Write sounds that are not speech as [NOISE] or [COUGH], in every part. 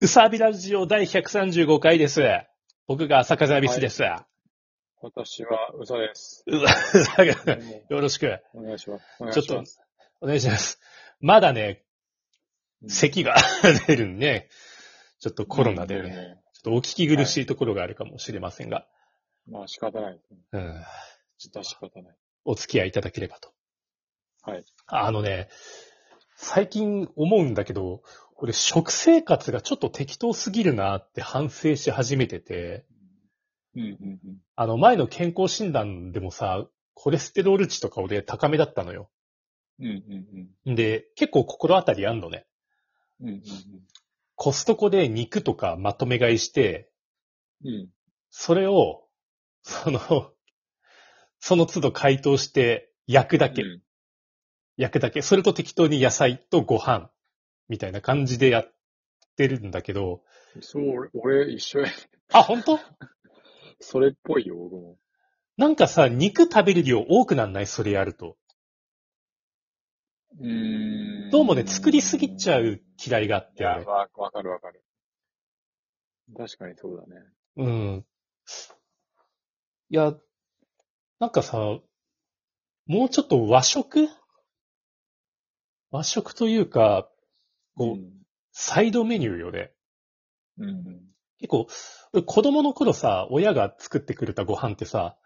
うさびラジオ第135回です。僕が坂沢ビスです。私は嘘 [LAUGHS] です。うざよろしく。お願いします。お願いちょっしとます。、お願いします。まだね、うん咳が出るんでね、ちょっとコロナでね、。ちょっとお聞き苦しいところがあるかもしれませんが、まあ仕方ないですね。うん、ちょっと仕方ない。お付き合いいただければと。はい。あのね、最近思うんだけど、俺食生活がちょっと適当すぎるなって反省し始めてて、うんうんうん。あの前の健康診断でもさ、コレステロール値とか俺高めだったのよ。うんうんで、結構心当たりあんのね。うん。うんうんコストコで肉とかまとめ買いして、うん。うん。それを、その、その都度解凍して焼くだけ、うん焼くだけ、それと適当に野菜とご飯、みたいな感じでやってるんだけど、そう、俺、俺一緒や。 [LAUGHS] あ、本当それっぽいよ、僕も。なんかさ、肉食べる量多くなんないそれやると。うーんどうもね、作りすぎちゃう嫌いがあっいて、や、俺わわかるわかる。確かにそうだね。うん。いや、なんかさ、もうちょっと和食和食というか、こう、サイドメニューよね。うん。うん結構、俺子供の頃さ、親が作ってくれたご飯ってさ、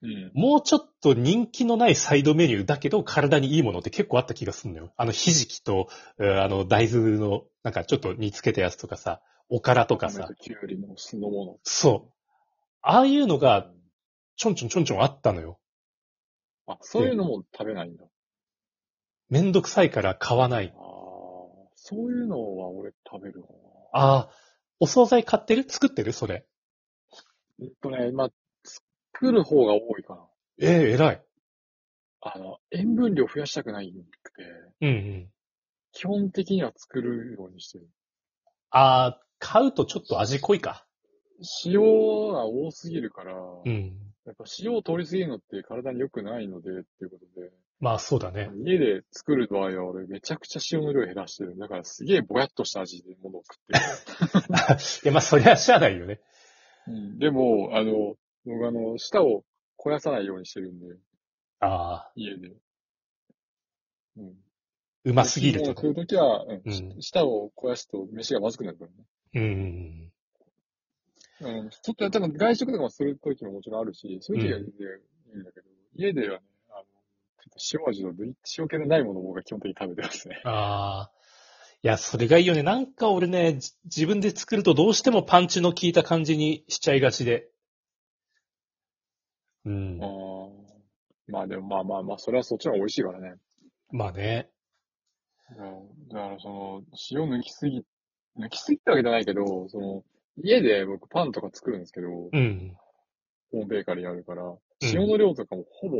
うん。うん。もうちょっと人気のないサイドメニューだけど体にいいものって結構あった気がするのよ。あの、ひじきと、うんあの、大豆の、なんかちょっと煮つけたやつとかさ、おからとか亀さと、キュウリの酢の物。そう。ああいうのが、ちょんちょんちょんちょんあったのよ。あ、そういうのも食べないんだ。めんどくさいから買わないああ。、そういうのは俺食べるかな。ああ、お惣菜買ってる作ってるそれ。えっとね、今、作る方が多いかな。ええ偉い。あの、塩分量増やしたくないんで、うんうん。基本的には作るようにしてる。ああ、買うとちょっと味濃いか。塩が多すぎるから、うん。やっぱ塩を取りすぎるのって体に良くないので、っていうことで、まあそうだね。家で作る場合は俺めちゃくちゃ塩の量減らしてる。だからすげえぼやっとした味で物を食ってる。いや、まあそりゃしゃあないよね。うんでも、あの、僕あの、舌を肥やさないようにしてるんで、ああ、家で。うん。うますぎるもとうか食。うときは、うんうんし舌を肥やすと飯がまずくなるからね。うんうんうん、ちょっと、多分外食とかもするときももちろんあるし、そういうときは全然いいんだけど、家ではね、あの、ちょっと塩味の類、塩気のないものを僕は基本的に食べてますね。うん。ああ。いや、それがいいよね。なんか俺ね、じ自分で作るとどうしてもパンチの効いた感じにしちゃいがちで。うん。あーまあでもまあまあまあ、それはそっちの方が美味しいからね。まあね。うんだからその、塩抜きすぎ、抜きすぎってわけじゃないけど、その、家で僕パンとか作るんですけど、うん。ホームベーカリーやるから、塩の量とかもほぼ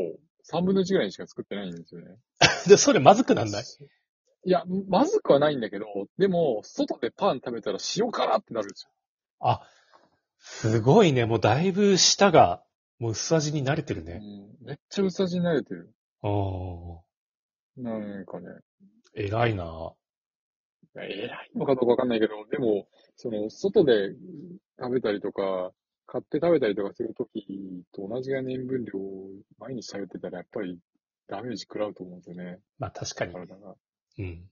3分の1ぐらいにしか作ってないんですよね。で、それま [LAUGHS] ずくなんないいや、まずくはないんだけど、でも、外でパン食べたら塩辛ってなるんですよ。あ、すごいね。もうだいぶ舌が、もう薄味に慣れてるね。うんめっちゃ薄味に慣れてる。ああ、なんかね。偉いな。いや偉いのかどうかわかんないけど、でも、その、外で食べたりとか、買って食べたりとかするときと同じが塩分量を毎日食べてたら、やっぱりダメージ食らうと思うんですよね、まあ確かに。体が。うん。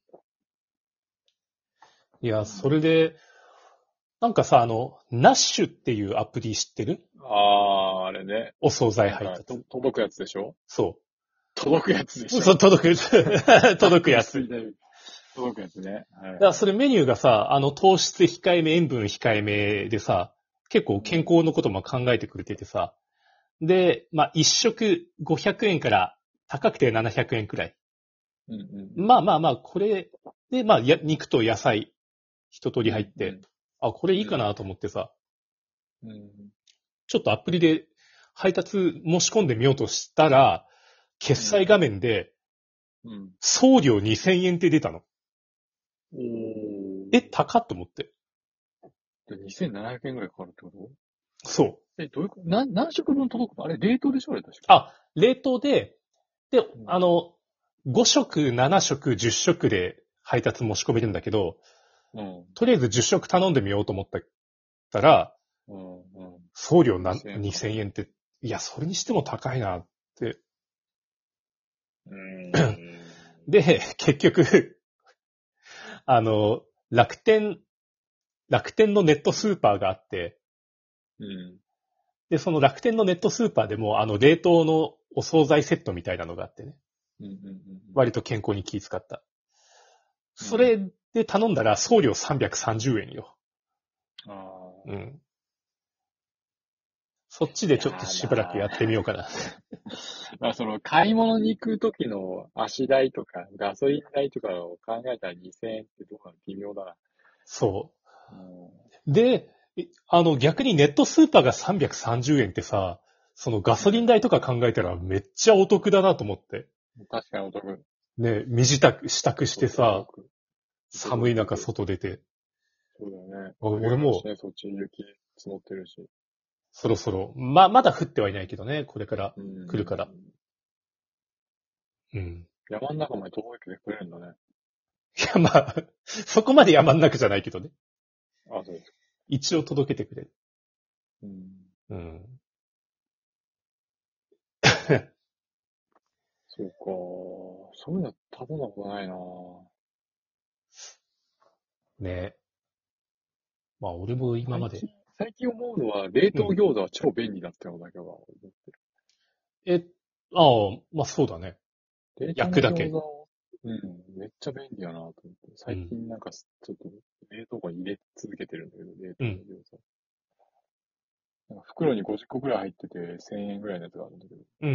いや、それで、なんかさ、あの、ナッシュっていうアプリ知ってるあー、あれね。お惣菜配なんか達。と届くやつでしょそ届くやつでしう。[LAUGHS] ょそう、届く、 [LAUGHS] 届くやつ。だか届くやつね。はいらそれメニューがさ、あの、糖質控えめ、塩分控えめでさ、結構健康のことも考えてくれててさ。で、まあ、一食500円から高くて700円くらい。うんうん。まあまあまあ、これで、まあ、や肉と野菜、一通り入って、あ、これいいかなと思ってさ、うん。うん。ちょっとアプリで配達申し込んでみようとしたら、決済画面で、うん。送料2000円って出たの。おーえ、高っと思って。で2700円ぐらいかかるってことそう。え、どういうこと何、何食分届くのあれ、冷凍でしょあれ確か。あ、冷凍で、で、あの、5食、7食、10食で配達申し込めるんだけど、うん。とりあえず10食頼んでみようと思ったら、うん。うん。送料な2000円2000円って、いや、それにしても高いなって。うん。で、 [LAUGHS] 結局、あの、楽天、楽天のネットスーパーがあって、うん。で、その楽天のネットスーパーでも、あの、冷凍のお惣菜セットみたいなのがあってね。うん。うん。割と健康に気遣った。それで頼んだら送料330円よ。ああ。うん。そっちでちょっとしばらくやってみようかな。まあ、その、買い物に行く時の足代とか、ガソリン代とかを考えたら2000円ってどうなの微妙だな。そうん。う。で、いあの逆にネットスーパーが330円ってさ、そのガソリン代とか考えたらめっちゃお得だなと思って。確かにお得。ね、身支度、支度してさ、寒い中外出て、そうだよね。お俺もね、そっち雪積もってるし。そろそろ、ま、まだ降ってはいないけどね、これから。うん来るから。うん。山の中まで届けてくれるんだね。いや、まあ、 [LAUGHS] そこまで山ん中じゃないけどね。あ、そうです。一応届けてくれる。うん。うん。そうか。そういうの頼んだことないなねえ。まあ、俺も今まで最。近最近思うのは、冷凍餃子は超便利だったのだけは思ってる。え、ああ、まあそうだね。冷凍の焼くだけ餃子をうん、めっちゃ便利やなと思って。最近なんか、ちょっと、冷凍庫に入れ続けてるんだけど、冷凍の餃子。なんか袋に50個くらい入ってて、1000円ぐらいのやつがあるんだけど、うん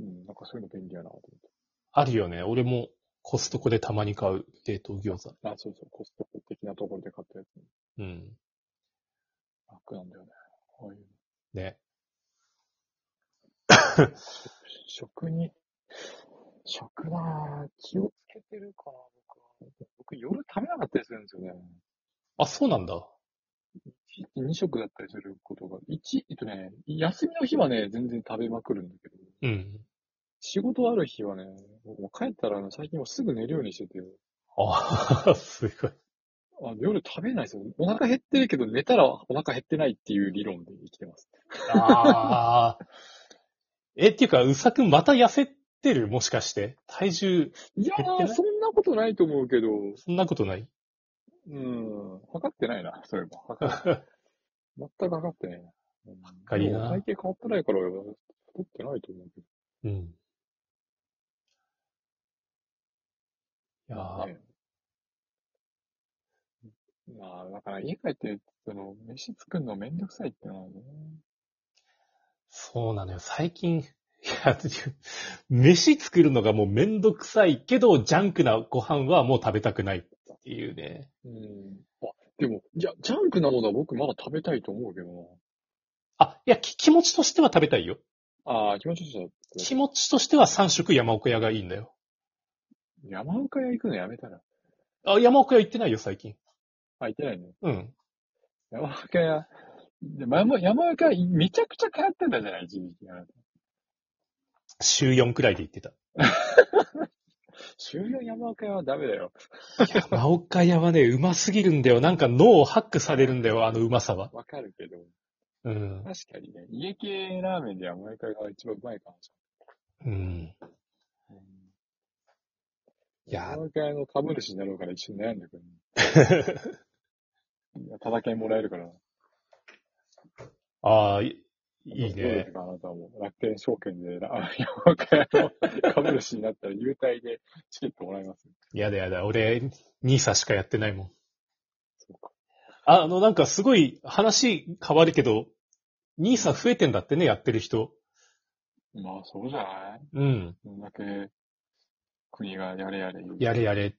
うん。うん、なんかそういうの便利やなと思って。あるよね。俺もコストコでたまに買う冷凍餃子。あ、そうそう、コストコ的なところで買ったやつ。うん。楽なんだよね。ああいうね。食に、食なぁ、気をつけてるかな、僕は。僕、夜食べなかったりするんですよね。あ、そうなんだ。一日2食だったりすることが。一、えっとね、休みの日はね、全然食べまくるんだけど、うん。仕事ある日はね、もう帰ったら、最近もうすぐ寝るようにしてて、ああ、 [LAUGHS] すごい。あ夜食べないですよ。お腹減ってるけど、寝たらお腹減ってないっていう理論で生きてます。ああ。 [LAUGHS] え、っていうか、うさくんまた痩せてるもしかして。体重、いや減ってなー、いそんなことないと思うけど、そんなことないうん、測ってないな、それも。測ってない全く測ってないな。うんかりなでも体型変わってないから、太ってないと思うけうん。いど。やまあーねまあ、だから家帰って、その、飯作るのめんどくさいってのはね。そうなのよ。最近、いや、 [LAUGHS] 飯作るのがもうめんどくさいけど、ジャンクなご飯はもう食べたくないっていうね。うん。あ、でも、いや、ジャンクなものは僕まだ食べたいと思うけどな。あ、いや、き気持ちとしては食べたいよ。ああ、気持ちよさ気。持ちとしては3食山奥屋がいいんだよ。山岡屋行くのやめたら。あ、山奥屋行ってないよ、最近。あ、行ってないね。うん。山岡屋。でまあまあ山岡屋、めちゃくちゃ通ってたじゃない、一時期。週4くらいで行ってた。終了山岡屋はダメだよ。 [LAUGHS] 山岡屋はね、うますぎるんだよ。なんか脳をハックされるんだよ、あのうまさは。わかるけど、うん。確かにね、家系ラーメンでは毎回が一番うまいかもしうん。れない。いや山岡屋の株主になろうから一緒に悩んでくる。 [LAUGHS] いや叩きもらえるから。ああ、いいいどうでねす。か、あなたも。楽天証券で、あ山岡屋の株主になったら優待でチケットもらえます。やだやだ、俺、ニーサしかやってないもん。そうか。あの、なんかすごい話変わるけど、ニーサ増えてんだってね、やってる人。まあ、そうじゃないうん。こんだけ国がやれやれ言う。やれやれ。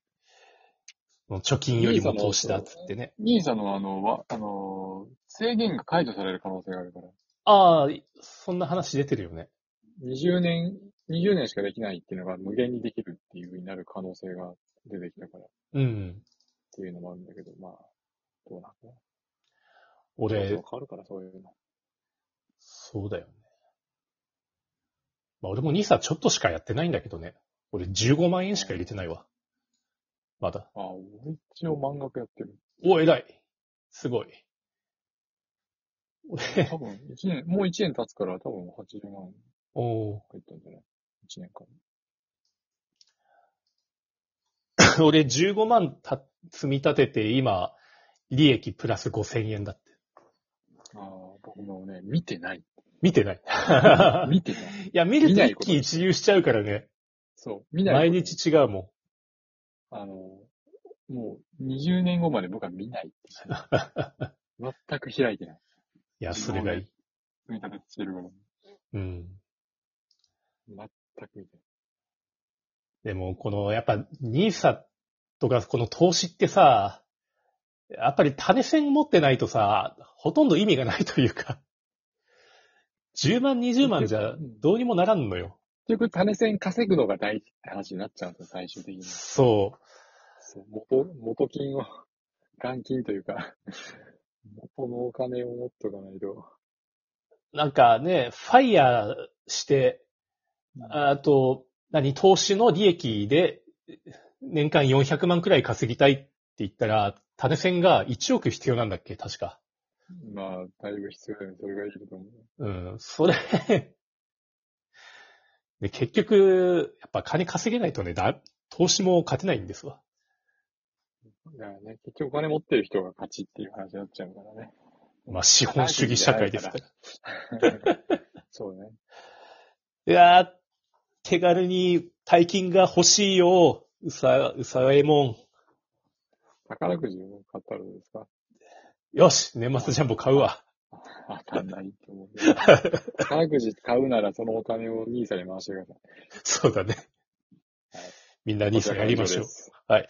貯金よりも投資だっつってね。兄さんのあの、わあのー、制限が解除される可能性があるから。ああ、そんな話出てるよね。 20年、20年しかできないっていうのが無限にできるっていう風になる可能性が出てきたからっうん。ていうのもあるんだけど、まあ、どうなんだろうそ俺う、変わるからそういうの。そうだよね。まあ俺もニーサちょっとしかやってないんだけどね。俺15万円しか入れてないわ。まだ。あ、俺一応漫画家やってる。お、偉い。すごい。俺、多分、一年、もう一年経つから多分80万おー入ったんじゃない一年間。 [LAUGHS] 俺15万た積み立てて、今、利益プラス5000円だって。ああ、僕もね、見てない。見てない。 [LAUGHS] 見てない。いや、見る見とない一こと喜一憂しちゃうからね。そう、見な毎。い。日違うもあの、もう20年後まで僕は見ないって [LAUGHS] いう。全く開いてない。ん。いや、それがいい。積み立てしてるから。うん。全く見てない。でも、この、やっぱ、ニーサとか、この投資ってさ、やっぱり種銭持ってないとさ、ほとんど意味がないというか、10万、20万じゃどうにもならんのよ。結局、種銭稼ぐのが大事って話になっちゃうんですよ、最終的に。そそう元、元金を、元金というか、元のお金を持っとかないと。う。なんかね、ファイヤーして、あと、何、投資の利益で、年間400万くらい稼ぎたいって言ったら、種銭が1億必要なんだっけ確か。まあ、だいぶ必要だよね。それがいると思う。うん、それ [LAUGHS] で、結局、やっぱ金稼げないとね、だ、投資も勝てないんですわ。だからね、結局お金持ってる人が勝ちっていう話になっちゃうからね。まあ、資本主義社会ですから。そうね。いやー、手軽に大金が欲しいよ。うさ、うさえも宝くじを買ったらどうですかん。よし、年末ジャンボ買うわ。当たんないと思う [LAUGHS] けど。宝くじ買うならそのお金を兄さんに回してください。そうだねはい。みんな兄さんやりましょうこちらから以は上で。すい。